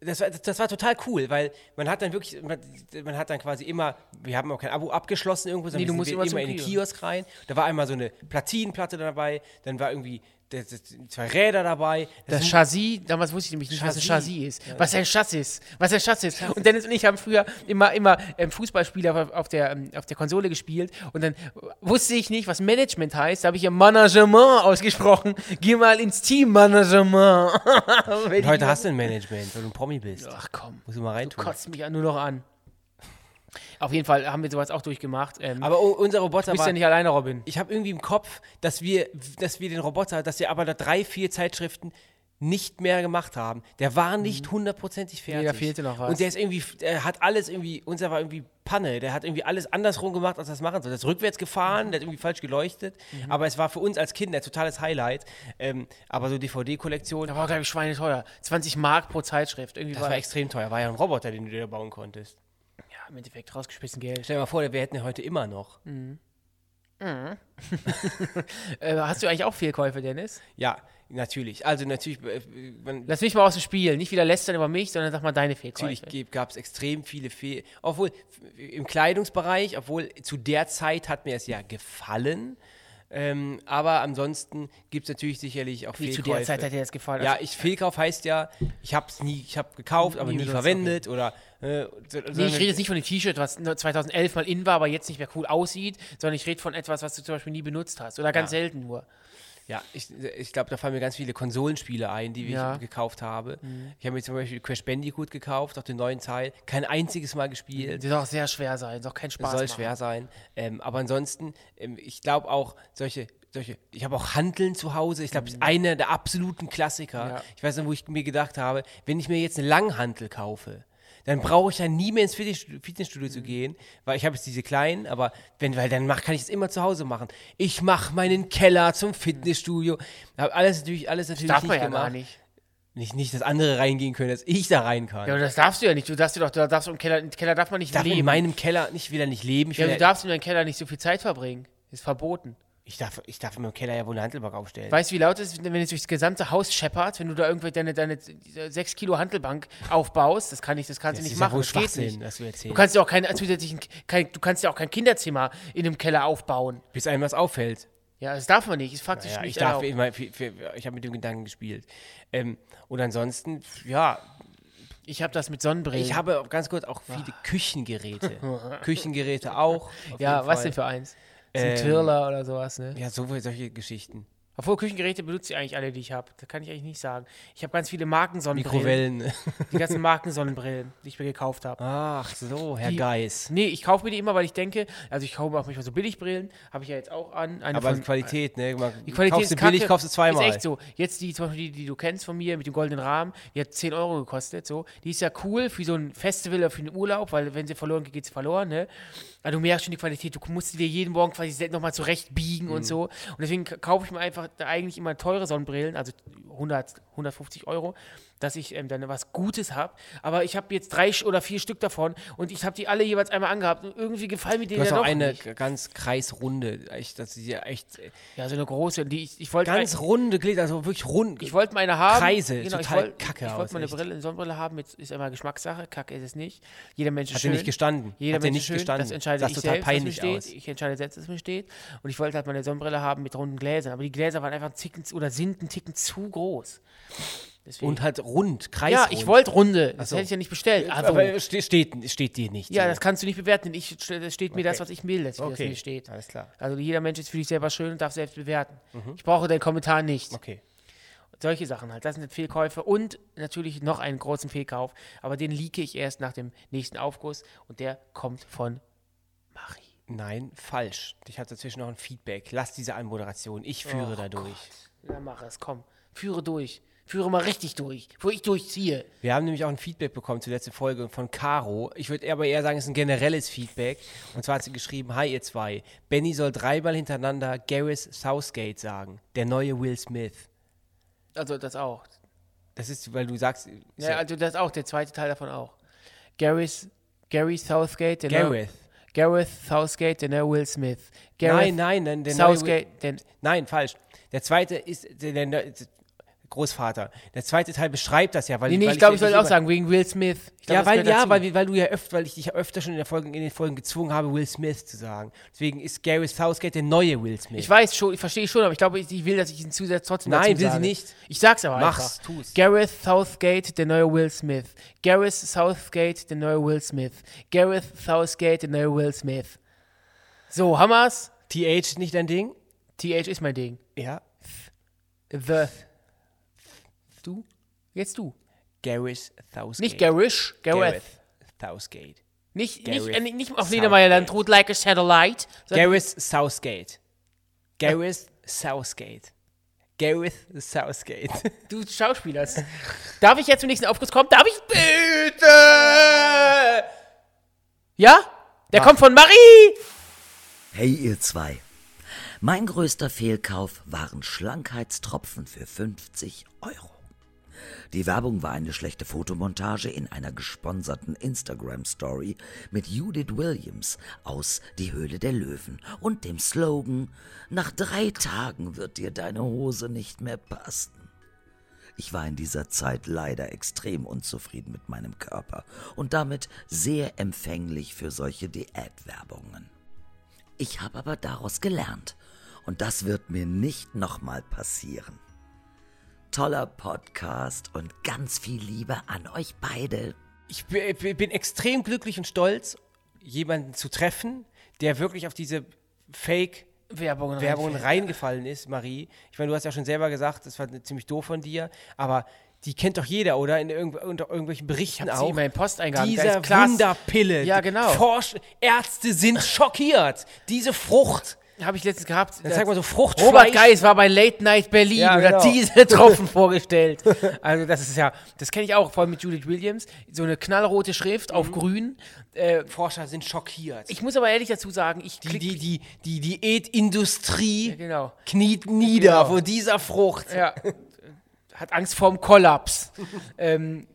C: Das war, das war total cool, weil man hat dann wirklich, man, man hat dann quasi immer, wir haben auch kein Abo abgeschlossen irgendwo, sondern
B: Nee, du
C: wir
B: musst
C: sind
B: immer zum
C: in den
B: Kiosk.
C: Kiosk rein. Da war einmal so eine Platinenplatte dabei, dann war irgendwie das, das, zwei Räder dabei. Das
B: Das
C: sind-
B: Chassis, damals wusste ich nämlich nicht, was ein
C: Chassis.
B: Chassis ist. Was ein Chassis ist. Was ein Chassis ist. Und Dennis und ich haben früher immer, immer ähm, Fußballspieler auf- auf der, ähm, auf der Konsole gespielt. Und dann wusste ich nicht, was Management heißt. Da habe ich ja Management ausgesprochen. Geh mal ins Team, Management.
C: und heute hast du ein Management, weil du ein Promi bist.
B: Ach komm,
C: Muss ich mal reintun.
B: kotzt mich ja nur noch an. Auf jeden Fall haben wir sowas auch durchgemacht. Ähm,
C: Aber u- unser Roboter
B: bist
C: war.
B: ja nicht alleine, Robin.
C: ich habe irgendwie im Kopf, dass wir, dass wir den Roboter, dass wir aber da drei, vier Zeitschriften nicht mehr gemacht haben. Der war nicht hundertprozentig fertig.
B: da Mhm. fehlte noch was.
C: Und der ist irgendwie, der hat alles irgendwie, unser war irgendwie Panne. Der hat irgendwie alles andersrum gemacht, als er das machen soll. Der ist rückwärts
B: Mhm.
C: gefahren, der hat irgendwie falsch geleuchtet. Aber es war für uns als Kinder ein totales Highlight. Ähm, aber so DVD-Kollektion,
B: Da war, glaube ich, schweineteuer. 20 Mark pro Zeitschrift. Irgendwie
C: das
B: war,
C: war extrem teuer. War ja ein Roboter, den du dir da bauen konntest.
B: ja, im Endeffekt rausgeschmissen Geld.
C: Stell dir mal vor, wir hätten ihn heute immer noch.
B: Mhm. Äh, hast du eigentlich auch Fehlkäufe, Dennis?
C: Ja, natürlich. Also natürlich, äh, man,
B: Lass mich mal aus dem Spiel. Nicht wieder lästern über mich, sondern sag mal deine Fehlkäufe.
C: Natürlich gab es extrem viele Fehler. Obwohl, f- im Kleidungsbereich, obwohl zu der Zeit hat mir es ja gefallen. Ähm, aber ansonsten gibt es natürlich sicherlich auch
B: Wie
C: Fehlkäufe.
B: zu der Zeit hat dir das gefallen. Also,
C: ja, ich, Fehlkauf heißt ja, ich habe es nie, ich habe gekauft, aber
B: Nie
C: nie,
B: benutzt,
C: verwendet oder. Äh, so-
B: Nee,
C: sondern-
B: ich rede jetzt nicht von dem T-Shirt, was nur 2011 mal in war, aber jetzt nicht mehr cool aussieht, sondern ich rede von etwas, was du zum Beispiel nie benutzt hast oder ganz
C: Ja.
B: selten nur.
C: Ja, ich, ich glaube, da fallen mir ganz viele Konsolenspiele ein, die
B: Ja. Mhm.
C: ich gekauft habe. Ich habe mir zum Beispiel Crash Bandicoot gekauft, auch den neuen Teil, kein einziges Mal gespielt.
B: Das soll auch sehr schwer sein, soll auch kein Spaß
C: Es soll
B: machen.
C: schwer sein. Ähm, aber ansonsten, ähm, ich glaube auch solche, solche, ich habe auch Handeln zu Hause. Ich glaube, das ist einer der absoluten Klassiker.
B: Mhm. Ja.
C: Ich weiß noch, wo ich mir gedacht habe, wenn ich mir jetzt eine Langhantel kaufe, dann brauche ich ja nie mehr ins Fitnessstudio, Fitnessstudio
B: Mhm.
C: zu gehen, weil ich habe jetzt diese kleinen, aber wenn, weil dann mach, kann ich es immer zu Hause machen. Ich mache meinen Keller zum Fitnessstudio. Habe alles natürlich, alles natürlich
B: Mhm. Darf
C: nicht
B: man ja
C: gemacht.
B: gar nicht.
C: nicht. Nicht, dass andere reingehen können, dass ich da rein kann.
B: Ja, aber das darfst du ja nicht. Du darfst du doch, du darfst im Keller, im Keller darf man nicht
C: ich darf in
B: leben.
C: meinem Keller nicht wieder nicht leben. Ich
B: ja,
C: will
B: du darfst in deinem Keller nicht so viel Zeit verbringen. Ist verboten.
C: Ich darf, ich darf mir im Keller ja wohl eine Handelbank aufstellen.
B: Weißt du, wie laut es ist, wenn es durchs gesamte Haus scheppert, wenn du da irgendwie deine, deine 6 Kilo Handelbank aufbaust? Das kann ich, das kannst du
C: das
B: nicht
C: ist ja
B: machen.
C: wohl
B: Das geht
C: Schwachsinn,
B: nicht.
C: was du erzählst.
B: Du kannst ja auch kein also zusätzlichen, kein, du kannst ja auch kein Kinderzimmer in einem Keller aufbauen.
C: Bis einem was auffällt.
B: Ja, das darf man nicht. Ist faktisch
C: Ja,
B: nicht.
C: ich darf
B: erlaubt.
C: immer, für, für, ich habe mit dem Gedanken gespielt. Ähm, und ansonsten, ja,
B: ich habe das mit Sonnenbrillen.
C: ich habe auch ganz kurz auch viele Küchengeräte. Küchengeräte auch. auf
B: Ah. ja,
C: jeden
B: was
C: Fall.
B: denn für eins? So
C: Ähm,
B: ein Twirler oder sowas, ne?
C: Ja, so, solche Geschichten.
B: Obwohl Küchengeräte benutze ich eigentlich alle, die ich habe. Das kann ich eigentlich nicht sagen. Ich habe ganz viele Markensonnenbrillen.
C: Mikrowellen.
B: Die ganzen Markensonnenbrillen, die ich mir gekauft habe.
C: Ach so, Herr
B: Die-
C: Geis.
B: Nee, ich kaufe mir die immer, weil ich denke, also ich kaufe auch manchmal so Billigbrillen, habe ich ja jetzt auch an. Eine
C: Aber
B: von,
C: die Qualität, ne?
B: die Qualität ist
C: kaufst du billig,
B: kacke.
C: kaufst du zweimal.
B: Ist echt so. Jetzt die, zum Beispiel die, die du kennst von mir mit dem goldenen Rahmen, die hat 10 Euro gekostet, so. Die ist ja cool für so ein Festival oder für einen Urlaub, weil wenn sie verloren geht, geht sie verloren, ne? Aber du merkst schon die Qualität, du musst sie dir jeden Morgen quasi nochmal zurechtbiegen
C: Mhm.
B: und so. Und deswegen k- kaufe ich mir einfach da eigentlich immer teure Sonnenbrillen, also 100, 150 Euro, dass ich ähm, dann was Gutes habe. Aber ich habe jetzt drei Sch- oder vier Stück davon und ich habe die alle jeweils einmal angehabt und irgendwie gefallen mir die
C: Du hast
B: dann
C: auch
B: doch
C: eine
B: nicht.
C: ganz kreisrunde. Echt, das ist ja echt
B: Ja, so eine große, die ich, ich wollte
C: ganz runde Glied, also wirklich rund.
B: Ich wollte meine haben. Genau,
C: Kreise,
B: ich
C: total
B: wollte-
C: kacke
B: Ich
C: aus,
B: wollte meine
C: echt.
B: Brille, eine Sonnenbrille haben. Jetzt ist einmal Geschmackssache. Kacke ist es nicht. Jeder Mensch ist
C: Hat
B: schön.
C: er nicht gestanden?
B: Jeder
C: Hat er
B: Mensch
C: nicht
B: ist schön.
C: gestanden?
B: Das entscheide
C: Sah
B: ich
C: total
B: selbst,
C: peinlich
B: was mir
C: aus.
B: steht. Ich entscheide selbst, was mir steht. Und ich wollte halt meine Sonnenbrille haben mit runden Gläsern. Aber die Gläser waren einfach einen Ticken zu- oder sind einen Ticken zu groß. Deswegen.
C: Und halt rund, kreisrund.
B: ja, ich wollte runde. Das
C: so.
B: hätte ich ja nicht bestellt.
C: Aber,
B: Aber
C: ste- steht, steht dir nicht.
B: ja,
C: so.
B: das kannst du nicht bewerten. denn Ich, das steht mir das, was ich will, dass wie das
C: okay.
B: mir steht.
C: Alles klar. Mhm.
B: Also jeder Mensch ist für sich selber schön und darf selbst bewerten. Ich brauche deinen Kommentar nicht.
C: Okay.
B: Solche Sachen halt. Das sind Fehlkäufe und natürlich noch einen großen Fehlkauf. Aber den leake ich erst nach dem nächsten Aufguss und der kommt von Marie.
C: Nein, falsch. Ich habe dazwischen noch ein Feedback. Lass diese Anmoderation. Ich führe
B: Oh
C: dadurch.
B: Ja, mach es, komm. Führe durch. Führe mal richtig durch, wo ich durchziehe.
C: Wir haben nämlich auch ein Feedback bekommen zur letzten Folge von Caro. Ich würde aber eher sagen, es ist ein generelles Feedback. Und zwar hat sie geschrieben: Hi, ihr zwei. Benny soll dreimal hintereinander Gareth Southgate sagen. Der neue Will Smith.
B: Also das auch.
C: Das ist, weil du sagst.
B: Ja, also das auch, der zweite Teil davon auch. Gareth, Gary Southgate, der
C: Gareth.
B: Neue, Gareth Southgate, der neue Will Smith.
C: Nein, nein, nein. Der neue Will,
B: Southgate, der,
C: Nein, falsch. Der zweite ist der, der, der Großvater. Der zweite Teil beschreibt das ja, weil
B: nee, nee,
C: weil
B: ich glaube, ich
C: das
B: sollte auch
C: immer-
B: sagen, wegen Will Smith. Ich glaub,
C: Ja,
B: das
C: weil,
B: gehört
C: ja
B: dazu.
C: weil, wir- weil du ja öfter, weil ich dich ja öfter schon in, der Folgen, in den Folgen gezwungen habe, Will Smith zu sagen. Deswegen ist Gareth Southgate der neue Will Smith.
B: Ich weiß schon, ich verstehe schon, aber ich glaube, ich, ich will, dass ich diesen Zusatz trotzdem
C: Nein,
B: dazu
C: will sie
B: sage.
C: nicht.
B: Ich sag's aber
C: Mach's,
B: einfach.
C: tu's.
B: Gareth Southgate, der neue Will Smith. Gareth Southgate, der neue Will Smith. Gareth Southgate, der neue Will Smith. So, Hammers.
C: TH nicht dein Ding?
B: TH ist mein Ding.
C: Ja.
B: The. Du? Jetzt du.
C: Gareth Southgate.
B: Nicht Garish, Gareth.
C: Gareth Southgate.
B: Nicht,
C: Gareth
B: nicht, äh, nicht auf
C: Southgate.
B: Niedermeyer-Land, Rot like a Satellite. sondern-
C: Gareth Southgate. Gareth Southgate. Gareth Southgate.
B: Du Schauspielerst. Darf ich jetzt zum nächsten Aufguss kommen? Darf ich? Bitte! Ja? Der kommt von Marie!
A: Hey ihr zwei. Mein größter Fehlkauf waren Schlankheitstropfen für 50 Euro. Die Werbung war eine schlechte Fotomontage in einer gesponserten Instagram-Story mit Judith Williams aus Die Höhle der Löwen und dem Slogan Nach drei Tagen wird dir deine Hose nicht mehr passen. Ich war in dieser Zeit leider extrem unzufrieden mit meinem Körper und damit sehr empfänglich für solche Diätwerbungen. Ich habe aber daraus gelernt. Und das wird mir nicht nochmal passieren. Toller Podcast und ganz viel Liebe an euch beide.
C: ich b- b- bin extrem glücklich und stolz, jemanden zu treffen, der wirklich auf diese Fake
B: Werbung rein.
C: Werbung reingefallen ist, Marie. Ich meine, du hast ja schon selber gesagt, das war ziemlich doof von dir, aber die kennt doch jeder, oder? In irgendw unter irgendwelchen Berichten
B: hab sie
C: auch.
B: in meinen Posteingang, da
C: Dieser
B: ist Glas-
C: Wunderpille.
B: Ja, genau.
C: Forsch Ärzte sind schockiert. Diese Frucht.
B: Habe ich letztens gehabt.
C: Dann zeig mal so Fruchtfleisch.
B: Robert Geis war bei Late Night Berlin
C: Ja,
B: und hat
C: genau.
B: diese Tropfen vorgestellt. Also das ist ja, das kenne ich auch, vor allem mit Judith Williams. So eine knallrote Schrift auf grün. Äh,
C: Forscher sind schockiert.
B: ich muss aber ehrlich dazu sagen, ich
C: die,
B: klick...
C: die, die, die Diätindustrie
B: Ja, genau.
C: kniet nieder
B: Genau.
C: vor dieser Frucht.
B: Ja. Hat Angst vorm Kollaps. ähm,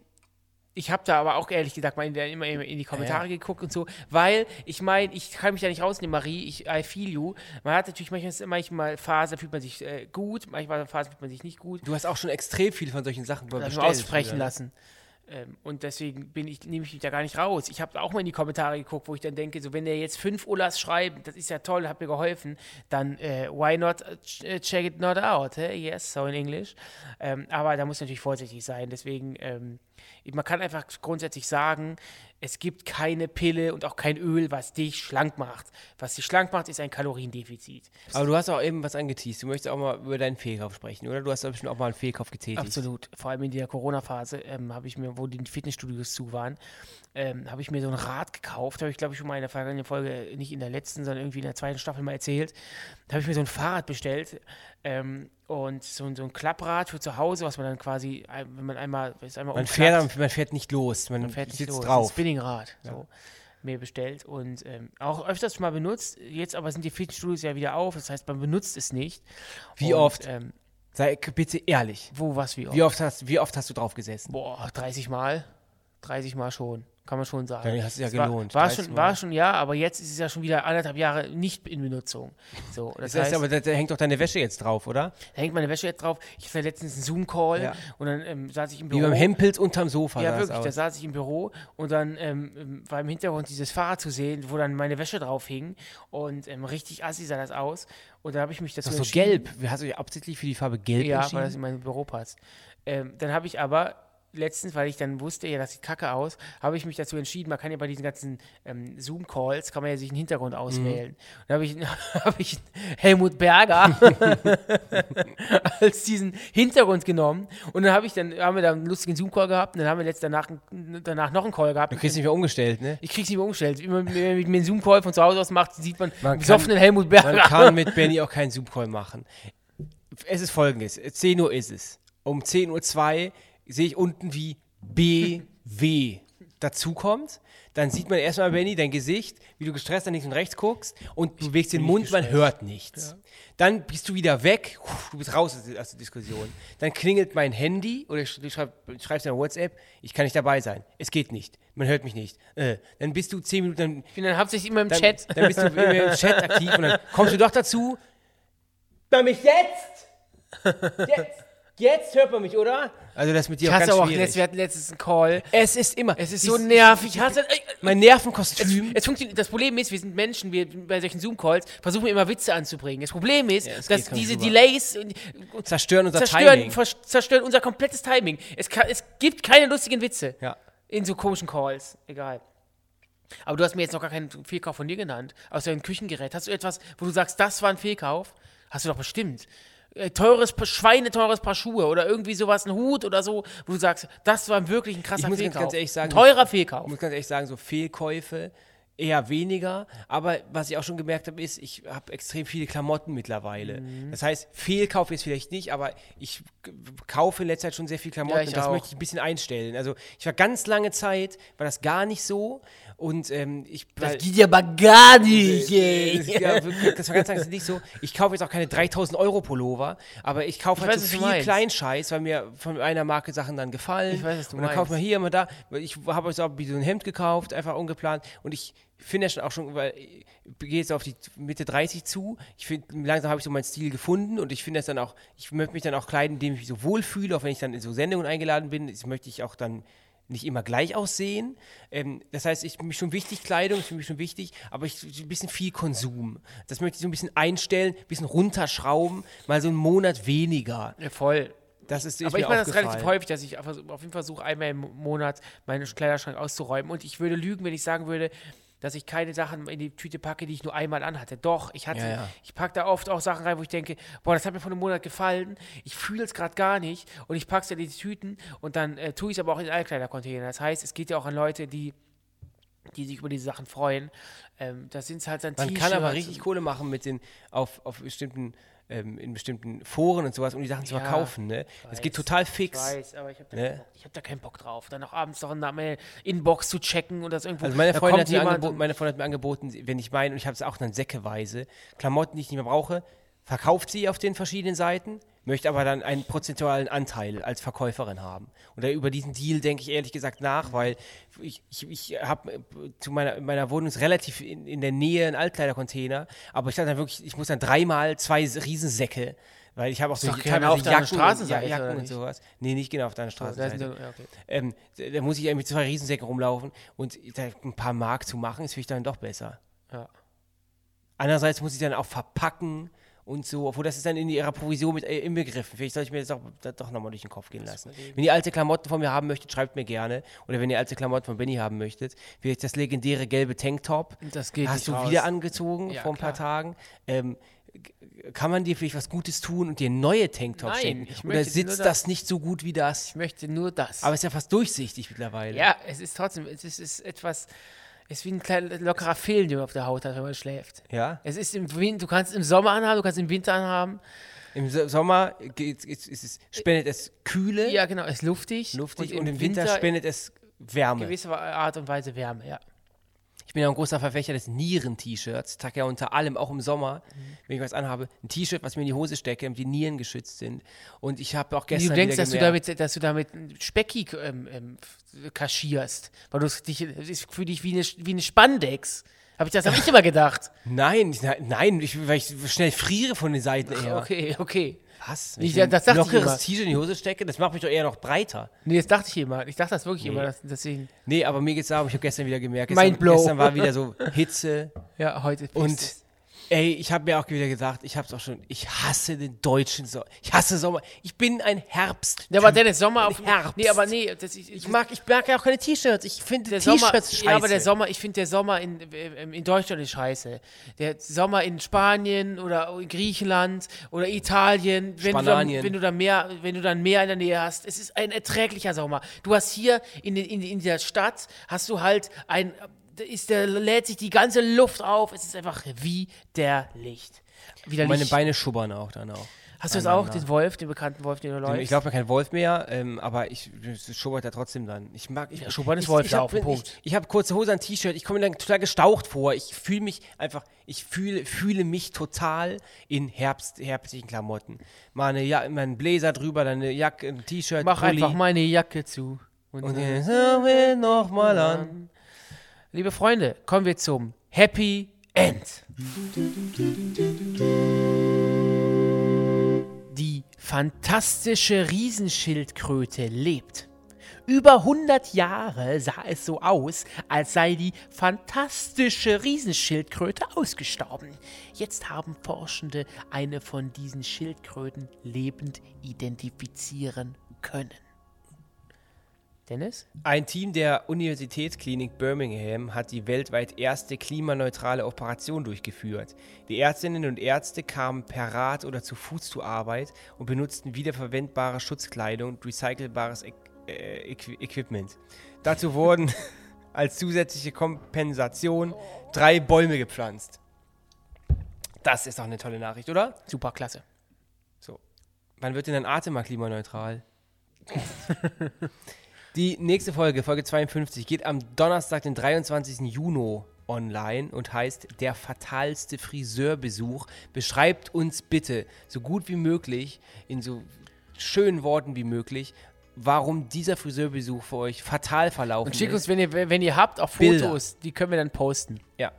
B: Ich habe da aber auch ehrlich gesagt mal in, der, immer in die Kommentare geguckt und so, weil ich meine, ich kann mich da nicht rausnehmen, Marie, ich I feel you. Man hat natürlich manchmal, manchmal Phasen, fühlt man sich äh, gut, manchmal Phasen fühlt man sich nicht gut.
C: Du hast auch schon extrem viel von solchen Sachen
B: Das
C: bestellt.
B: nur aussprechen
C: oder?
B: lassen. halt. Ähm, und deswegen bin ich, nehme ich mich da gar nicht raus. Ich habe auch mal in die Kommentare geguckt, wo ich dann denke, so wenn der jetzt fünf Ullas schreibt, das ist ja toll, hat mir geholfen, dann äh, why not äh, ch- äh, check it not out? hä? Yes, so in Englisch. Ähm, aber da muss natürlich vorsichtig sein. Deswegen, ähm, man kann einfach grundsätzlich sagen, es gibt keine Pille und auch kein Öl, was dich schlank macht. Was dich schlank macht, ist ein Kaloriendefizit.
C: Aber du hast auch eben was angeteased. Du möchtest auch mal über deinen Fehlkauf sprechen, oder? Du hast doch bestimmt auch mal einen Fehlkauf getätigt.
B: Absolut. Vor allem in der Corona-Phase ähm, habe ich mir, wo die Fitnessstudios zu waren, ähm, habe ich mir so ein Rad gekauft. Habe ich, glaube ich, schon mal in der vergangenen Folge, äh, nicht in der letzten, sondern irgendwie in der zweiten Staffel mal erzählt. Da habe ich mir so ein Fahrrad bestellt ähm, und so, ein- so ein Klapprad für zu Hause, was man dann quasi, ein- wenn man einmal, ist einmal
C: Man
B: umklappt,
C: fährt, am- man fährt nicht los, man,
B: man fährt nicht
C: sitzt
B: los. Ein
C: drauf.
B: Spinningrad. So. Mir bestellt und ähm, auch öfters mal benutzt. Jetzt aber sind die Fitnessstudios ja wieder auf, das heißt, man benutzt es nicht.
C: Wie
B: und,
C: oft?
B: Ähm,
C: Sei k- bitte ehrlich.
B: wo, was, wie oft?
C: Wie oft hast, wie oft hast du drauf gesessen?
B: Boah, 30 Mal. 30 Mal schon. Kann man schon sagen.
C: Dann hast du ja
B: Es war,
C: gelohnt,
B: War
C: 30
B: schon,
C: Mal.
B: war schon, ja, aber jetzt ist es ja schon wieder anderthalb Jahre nicht in Benutzung. So, das,
C: Das heißt,
B: heißt,
C: aber da, da hängt doch deine Wäsche jetzt drauf, oder?
B: da hängt meine Wäsche jetzt drauf. Ich hatte letztens einen Zoom-Call
C: Ja.
B: und dann ähm, saß ich im
C: Wie
B: Büro.
C: beim Hempels unterm Sofa.
B: Ja,
C: sah es
B: wirklich, da
C: aus.
B: saß ich im Büro und dann ähm, ähm, war im Hintergrund dieses Fahrrad zu sehen, wo dann meine Wäsche drauf hing und ähm, richtig assi sah das aus. Und da habe ich mich dazu
C: Doch so
B: entschieden.
C: gelb. Hast du dich absichtlich für die Farbe gelb
B: Ja, weil das
C: entschieden?
B: in mein Büro passt. Ähm, dann habe ich aber letztens, weil ich dann wusste, ja, das sieht kacke aus, habe ich mich dazu entschieden, man kann ja bei diesen ganzen ähm, Zoom-Calls, kann man ja sich einen Hintergrund
C: Mhm.
B: auswählen. Und da habe ich, hab ich Helmut Berger als diesen Hintergrund genommen und dann habe ich dann, haben wir da einen lustigen Zoom-Call gehabt und dann haben wir letzt danach, danach noch einen Call gehabt.
C: Du kriegst nicht mehr umgestellt, ne?
B: ich krieg's nicht mehr umgestellt. Immer, wenn man einen Zoom-Call von zu Hause aus macht, sieht man,
C: Man kann-
B: besoffenen Helmut Berger.
C: Man kann mit Benny auch keinen Zoom-Call machen. Es ist folgendes: 10 Uhr ist es. Um 10.02 Uhr sehe ich unten, wie BW dazukommt. Dann sieht man erstmal, Benny, dein Gesicht, wie du gestresst nach links und rechts guckst und du bewegst den Mund, man hört nichts. Dann bist du wieder weg, Puh, du bist raus aus der- aus der Diskussion. Dann klingelt mein Handy oder sch- du schreib, schreibst in WhatsApp, ich kann nicht dabei sein. Es geht nicht, man hört mich nicht. Äh, dann bist du 10 Minuten, dann
B: ich bin dann hauptsächlich immer im
C: dann,
B: Chat.
C: Dann bist du immer im Chat aktiv und dann kommst du doch dazu. Hört man mich jetzt? Jetzt, jetzt hört man mich, oder? Also das ist mit
B: Ich
C: dir auch ganz
B: hatte auch,
C: schwierig.
B: letzt, wir hatten letztens einen Call.
C: es ist immer.
B: Es ist
C: dies-
B: so nervig. Ich hasse, ey,
C: mein Nervenkostüm.
B: es funktioniert, das Problem ist, wir sind Menschen, wir bei solchen Zoom-Calls versuchen wir immer Witze anzubringen. Das Problem ist,
C: es geht
B: dass
C: gar nicht
B: diese
C: rüber.
B: Delays und, und
C: zerstören unser
B: zerstören,
C: Timing.
B: vers- zerstören unser komplettes Timing. Es, kann, es gibt keine lustigen Witze
C: Ja.
B: in so komischen Calls. Egal. Aber du hast mir jetzt noch gar keinen Fehlkauf von dir genannt, außer ein Küchengerät. Hast du etwas, wo du sagst, das war ein Fehlkauf? Hast du doch bestimmt. Äh, Teures, Paar- schweineteures Paar Schuhe oder irgendwie sowas, ein Hut oder so, wo du sagst, das war wirklich ein krasser
C: Ich muss ganz-
B: Fehlkauf.
C: ganz ehrlich sagen,
B: ein teurer
C: Ich
B: Fehlkauf.
C: muss ganz ehrlich sagen, so Fehlkäufe eher weniger. Aber was ich auch schon gemerkt habe, ist, ich habe extrem viele Klamotten mittlerweile.
B: Mhm.
C: Das heißt, Fehlkauf ist vielleicht nicht, aber ich k- kaufe in letzter Zeit schon sehr viel Klamotten.
B: Ja, ich
C: und das
B: auch.
C: möchte ich ein bisschen einstellen. Also ich war ganz lange Zeit, war das gar nicht so. Und ähm, ich weil-
B: ja aber gar nicht,
C: das, ja, wirklich, das war ganz lange nicht so. Ich kaufe jetzt auch keine 3000 Euro Pullover, aber ich
B: Ich
C: kaufe halt
B: weiß, was
C: so
B: du
C: viel
B: meinst.
C: Kleinscheiß, weil mir von einer Marke Sachen dann gefallen.
B: Ich weiß, was du
C: und dann kauft
B: meinst.
C: man hier immer da. Weil Ich habe jetzt auch so ein Hemd gekauft, einfach ungeplant. Und ich finde das schon auch schon, weil ich gehe jetzt auf die Mitte 30 zu. Ich finde, langsam habe ich so meinen Stil gefunden und ich finde das dann auch, ich möchte mich dann auch kleiden, indem ich mich so wohlfühle, auch wenn ich dann in so Sendungen eingeladen bin. Das möchte ich auch dann nicht immer gleich aussehen. Ähm, das heißt, ich bin mir schon wichtig, Kleidung ist für mich schon wichtig, aber ich ein bisschen viel Konsum. Das möchte ich so ein bisschen einstellen, ein bisschen runterschrauben, mal so einen Monat weniger.
B: Ja, voll.
C: Das ist, ist
B: Aber
C: mir
B: ich mache das relativ
C: aufgefallen.
B: häufig, dass ich auf auf jeden Fall versuche, einmal im Monat meinen Kleiderschrank auszuräumen. Und ich würde lügen, wenn ich sagen würde, dass ich keine Sachen in die Tüte packe, die ich nur einmal anhatte. Doch, ich hatte,
C: Ja, ja.
B: ich packe da oft auch Sachen rein, wo ich denke, boah, das hat mir vor einem Monat gefallen, ich fühle es gerade gar nicht und ich packe es in die Tüten und dann äh, tue ich es aber auch in Altkleidercontainer. Das heißt, es geht ja auch an Leute, die, die sich über diese Sachen freuen. Ähm, das sind halt dann
C: Man kann aber
B: T-Shirts
C: richtig Kohle machen mit den auf, auf bestimmten ähm, in bestimmten Foren und sowas, um die Sachen zu
B: Ja,
C: verkaufen. Ne? Das geht
B: weiß,
C: total
B: Ich
C: fix.
B: weiß, aber ich habe da,
C: Ne?
B: keinen Bock- ich hab da keinen Bock drauf. Dann auch abends noch nach meine Inbox zu checken und das irgendwo.
C: Also meine
B: da
C: Freundin,
B: kommt
C: hat mir
B: jemand
C: angeboten,
B: und-
C: meine Freundin hat mir angeboten, wenn ich meine, und ich habe es auch dann säckeweise, Klamotten, die ich nicht mehr brauche, verkauft sie auf den verschiedenen Seiten, möchte aber dann einen prozentualen Anteil als Verkäuferin haben. Und da über diesen Deal denke ich ehrlich gesagt nach, weil ich, ich, ich habe zu meiner, in meiner Wohnung ist relativ in, in der Nähe ein Altkleidercontainer, aber ich hatte dann wirklich, ich muss dann dreimal zwei Riesensäcke, weil ich habe auch
B: doch
C: solche
B: genau auf deiner Straßenseite,
C: ja,
B: oder
C: Jacken und
B: nicht? Also
C: sowas. Nee, nicht genau auf deiner
B: Ah,
C: Straßenseite
B: ja, okay.
C: ähm, da da muss ich irgendwie zwei Riesensäcke rumlaufen und da ein paar Mark zu machen, ist für mich dann doch besser.
B: Ja.
C: Andererseits muss ich dann auch verpacken und so, obwohl das ist dann in ihrer Provision mit äh, inbegriffen. Vielleicht soll ich mir das doch, das doch nochmal durch den Kopf gehen lassen. Wenn ihr alte Klamotten von mir haben möchtet, schreibt mir gerne. Oder wenn ihr alte Klamotten von Benny haben möchtet, vielleicht das legendäre gelbe Tanktop.
B: Das geht
C: Hast
B: nicht
C: du
B: raus.
C: wieder angezogen
B: Ja,
C: vor ein paar
B: klar.
C: Tagen. Ähm, g- kann man dir vielleicht was Gutes tun und dir neue Tanktops
B: Nein,
C: schenken?
B: ich
C: Oder
B: möchte dir nur
C: sitzt
B: das-
C: das nicht so gut wie das?
B: Ich möchte nur das.
C: Aber es ist ja fast durchsichtig mittlerweile.
B: ja, es ist trotzdem, es ist, es ist etwas, es ist wie ein kleiner lockerer Film, den man auf der Haut hat, wenn man schläft.
C: Ja.
B: Es ist im Winter, du kannst im Sommer anhaben, du kannst im Winter anhaben.
C: Im So- Sommer geht's, ist, ist es, spendet es Kühle,
B: Ja, genau, es ist luftig.
C: Hm? luftig und, im Winter, spendet es Wärme.
B: gewisser Art und Weise Wärme, ja.
C: Ich bin ja ein großer Verfechter des Nieren-T-Shirts. Tag ja unter allem, auch im Sommer,
B: Mhm.
C: wenn ich was anhabe, ein T-Shirt, was mir in die Hose stecke, damit die Nieren geschützt sind. Und ich habe auch
B: Wie
C: gestern
B: du denkst,
C: wieder
B: dass du,
C: gemerkt,
B: damit, dass du damit speckig ähm, ähm, f- kaschierst, weil du es dich, es ist für dich wie eine, wie eine Spandex. Hab ich das habe ich immer gedacht.
C: Nein, ich- nein, nein, ich, weil ich schnell friere von den Seiten eher.
B: Okay, okay.
C: Was?
B: Nicht,
C: ich ein
B: das dachte ich immer.
C: lockeres T-Shirt in die Hose stecke, das macht mich doch eher noch breiter.
B: Nee, das dachte ich immer. Ich dachte das wirklich immer. dass- deswegen,
C: Nee, aber mir geht's darum, ich habe gestern wieder gemerkt,
B: Mindblow.
C: gestern, gestern war wieder so Hitze,
B: ja, heute. ist
C: Und
B: es.
C: ey, ich habe mir auch wieder gesagt, ich habe es auch schon, ich hasse den deutschen Sommer. Ich hasse Sommer. Ich bin ein Herbst. ne?
B: Ja, aber Dennis, Sommer auf
C: Herbst.
B: Nee, aber nee, das, ich,
C: ich mag, ich mag ja auch keine T-Shirts. Ich finde
B: der
C: T-Shirts
B: Sommer,
C: scheiße.
B: Ja, aber der Sommer, ich finde der Sommer in, ähm, in Deutschland ist scheiße. Der Sommer in Spanien oder in Griechenland oder Italien, wenn du, dann,
C: Spanien.
B: wenn du dann mehr, wenn du dann mehr in der Nähe hast, es ist ein erträglicher Sommer. Du hast hier in, den- in, in der Stadt hast du halt ein da ist der lädt sich die ganze Luft auf. Es ist einfach widerlich.
C: Und meine
B: Widerlich.
C: Beine schubbern auch dann auch.
B: Hast du das auch, den Wolf, den bekannten Wolf, den du läufst?
C: Ich laufe mir kein Wolf mehr, ähm, aber ich es schubbert ja trotzdem dann. Ich mag, ich,
B: schubbern ist
C: ich,
B: Wolf
C: ich
B: da
C: hab-
B: auf den Punkt.
C: Ich, ich habe kurze Hose, ein T-Shirt. Ich komme mir dann total gestaucht vor. Ich fühle mich einfach, ich fühle, fühle mich total in Herbst, herbstlichen Klamotten. Mal eine ja, mal einen Bläser drüber, dann eine Jacke, ein T-Shirt,
B: Mach
C: Pulli.
B: einfach meine Jacke zu.
C: Und den Sommer noch mal an.
B: Liebe Freunde, kommen wir zum Happy End. Die fantastische Riesenschildkröte lebt. Über 100 Jahre sah es so aus, als sei die fantastische Riesenschildkröte ausgestorben. Jetzt haben Forschende eine von diesen Schildkröten lebend identifizieren können. Dennis?
C: Ein Team der Universitätsklinik Birmingham hat die weltweit erste klimaneutrale Operation durchgeführt. Die Ärztinnen und Ärzte kamen per Rad oder zu Fuß zur Arbeit und benutzten wiederverwendbare Schutzkleidung und recycelbares Equ äh, Equi Equipment. Dazu wurden als zusätzliche Kompensation drei Bäume gepflanzt. Das ist doch eine tolle Nachricht, oder?
B: Super, klasse.
C: Wann wird denn ein Atem mal klimaneutral? Die nächste Folge, Folge 52, geht am Donnerstag, den 23. Juni online und heißt Der fatalste Friseurbesuch. Beschreibt uns bitte so gut wie möglich, in so schönen Worten wie möglich, warum dieser Friseurbesuch für euch fatal verlaufen
B: Und schickt
C: ist.
B: uns, wenn ihr, wenn ihr habt, auch
C: Mhm. Bilder.
B: Fotos, die können wir dann posten.
C: Ja.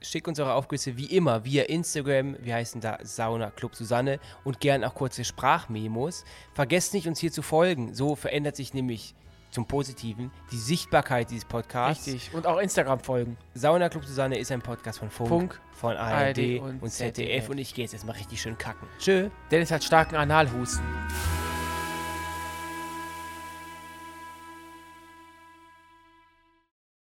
C: Schickt uns eure Aufgüsse wie immer via Instagram. Wir heißen da Sauna Club Susanne und gern auch kurze Sprachmemos. Vergesst nicht, uns hier zu folgen. So verändert sich nämlich zum Positiven die Sichtbarkeit dieses Podcasts.
B: Richtig. Und auch Instagram folgen.
C: Sauna Club Susanne ist ein Podcast von Funk,
B: Funk,
C: von ARD,
B: ARD
C: und,
B: und
C: ZDF.
B: ZDF.
C: Und ich gehe jetzt erstmal richtig schön kacken. Tschö.
B: Dennis hat starken Analhusten.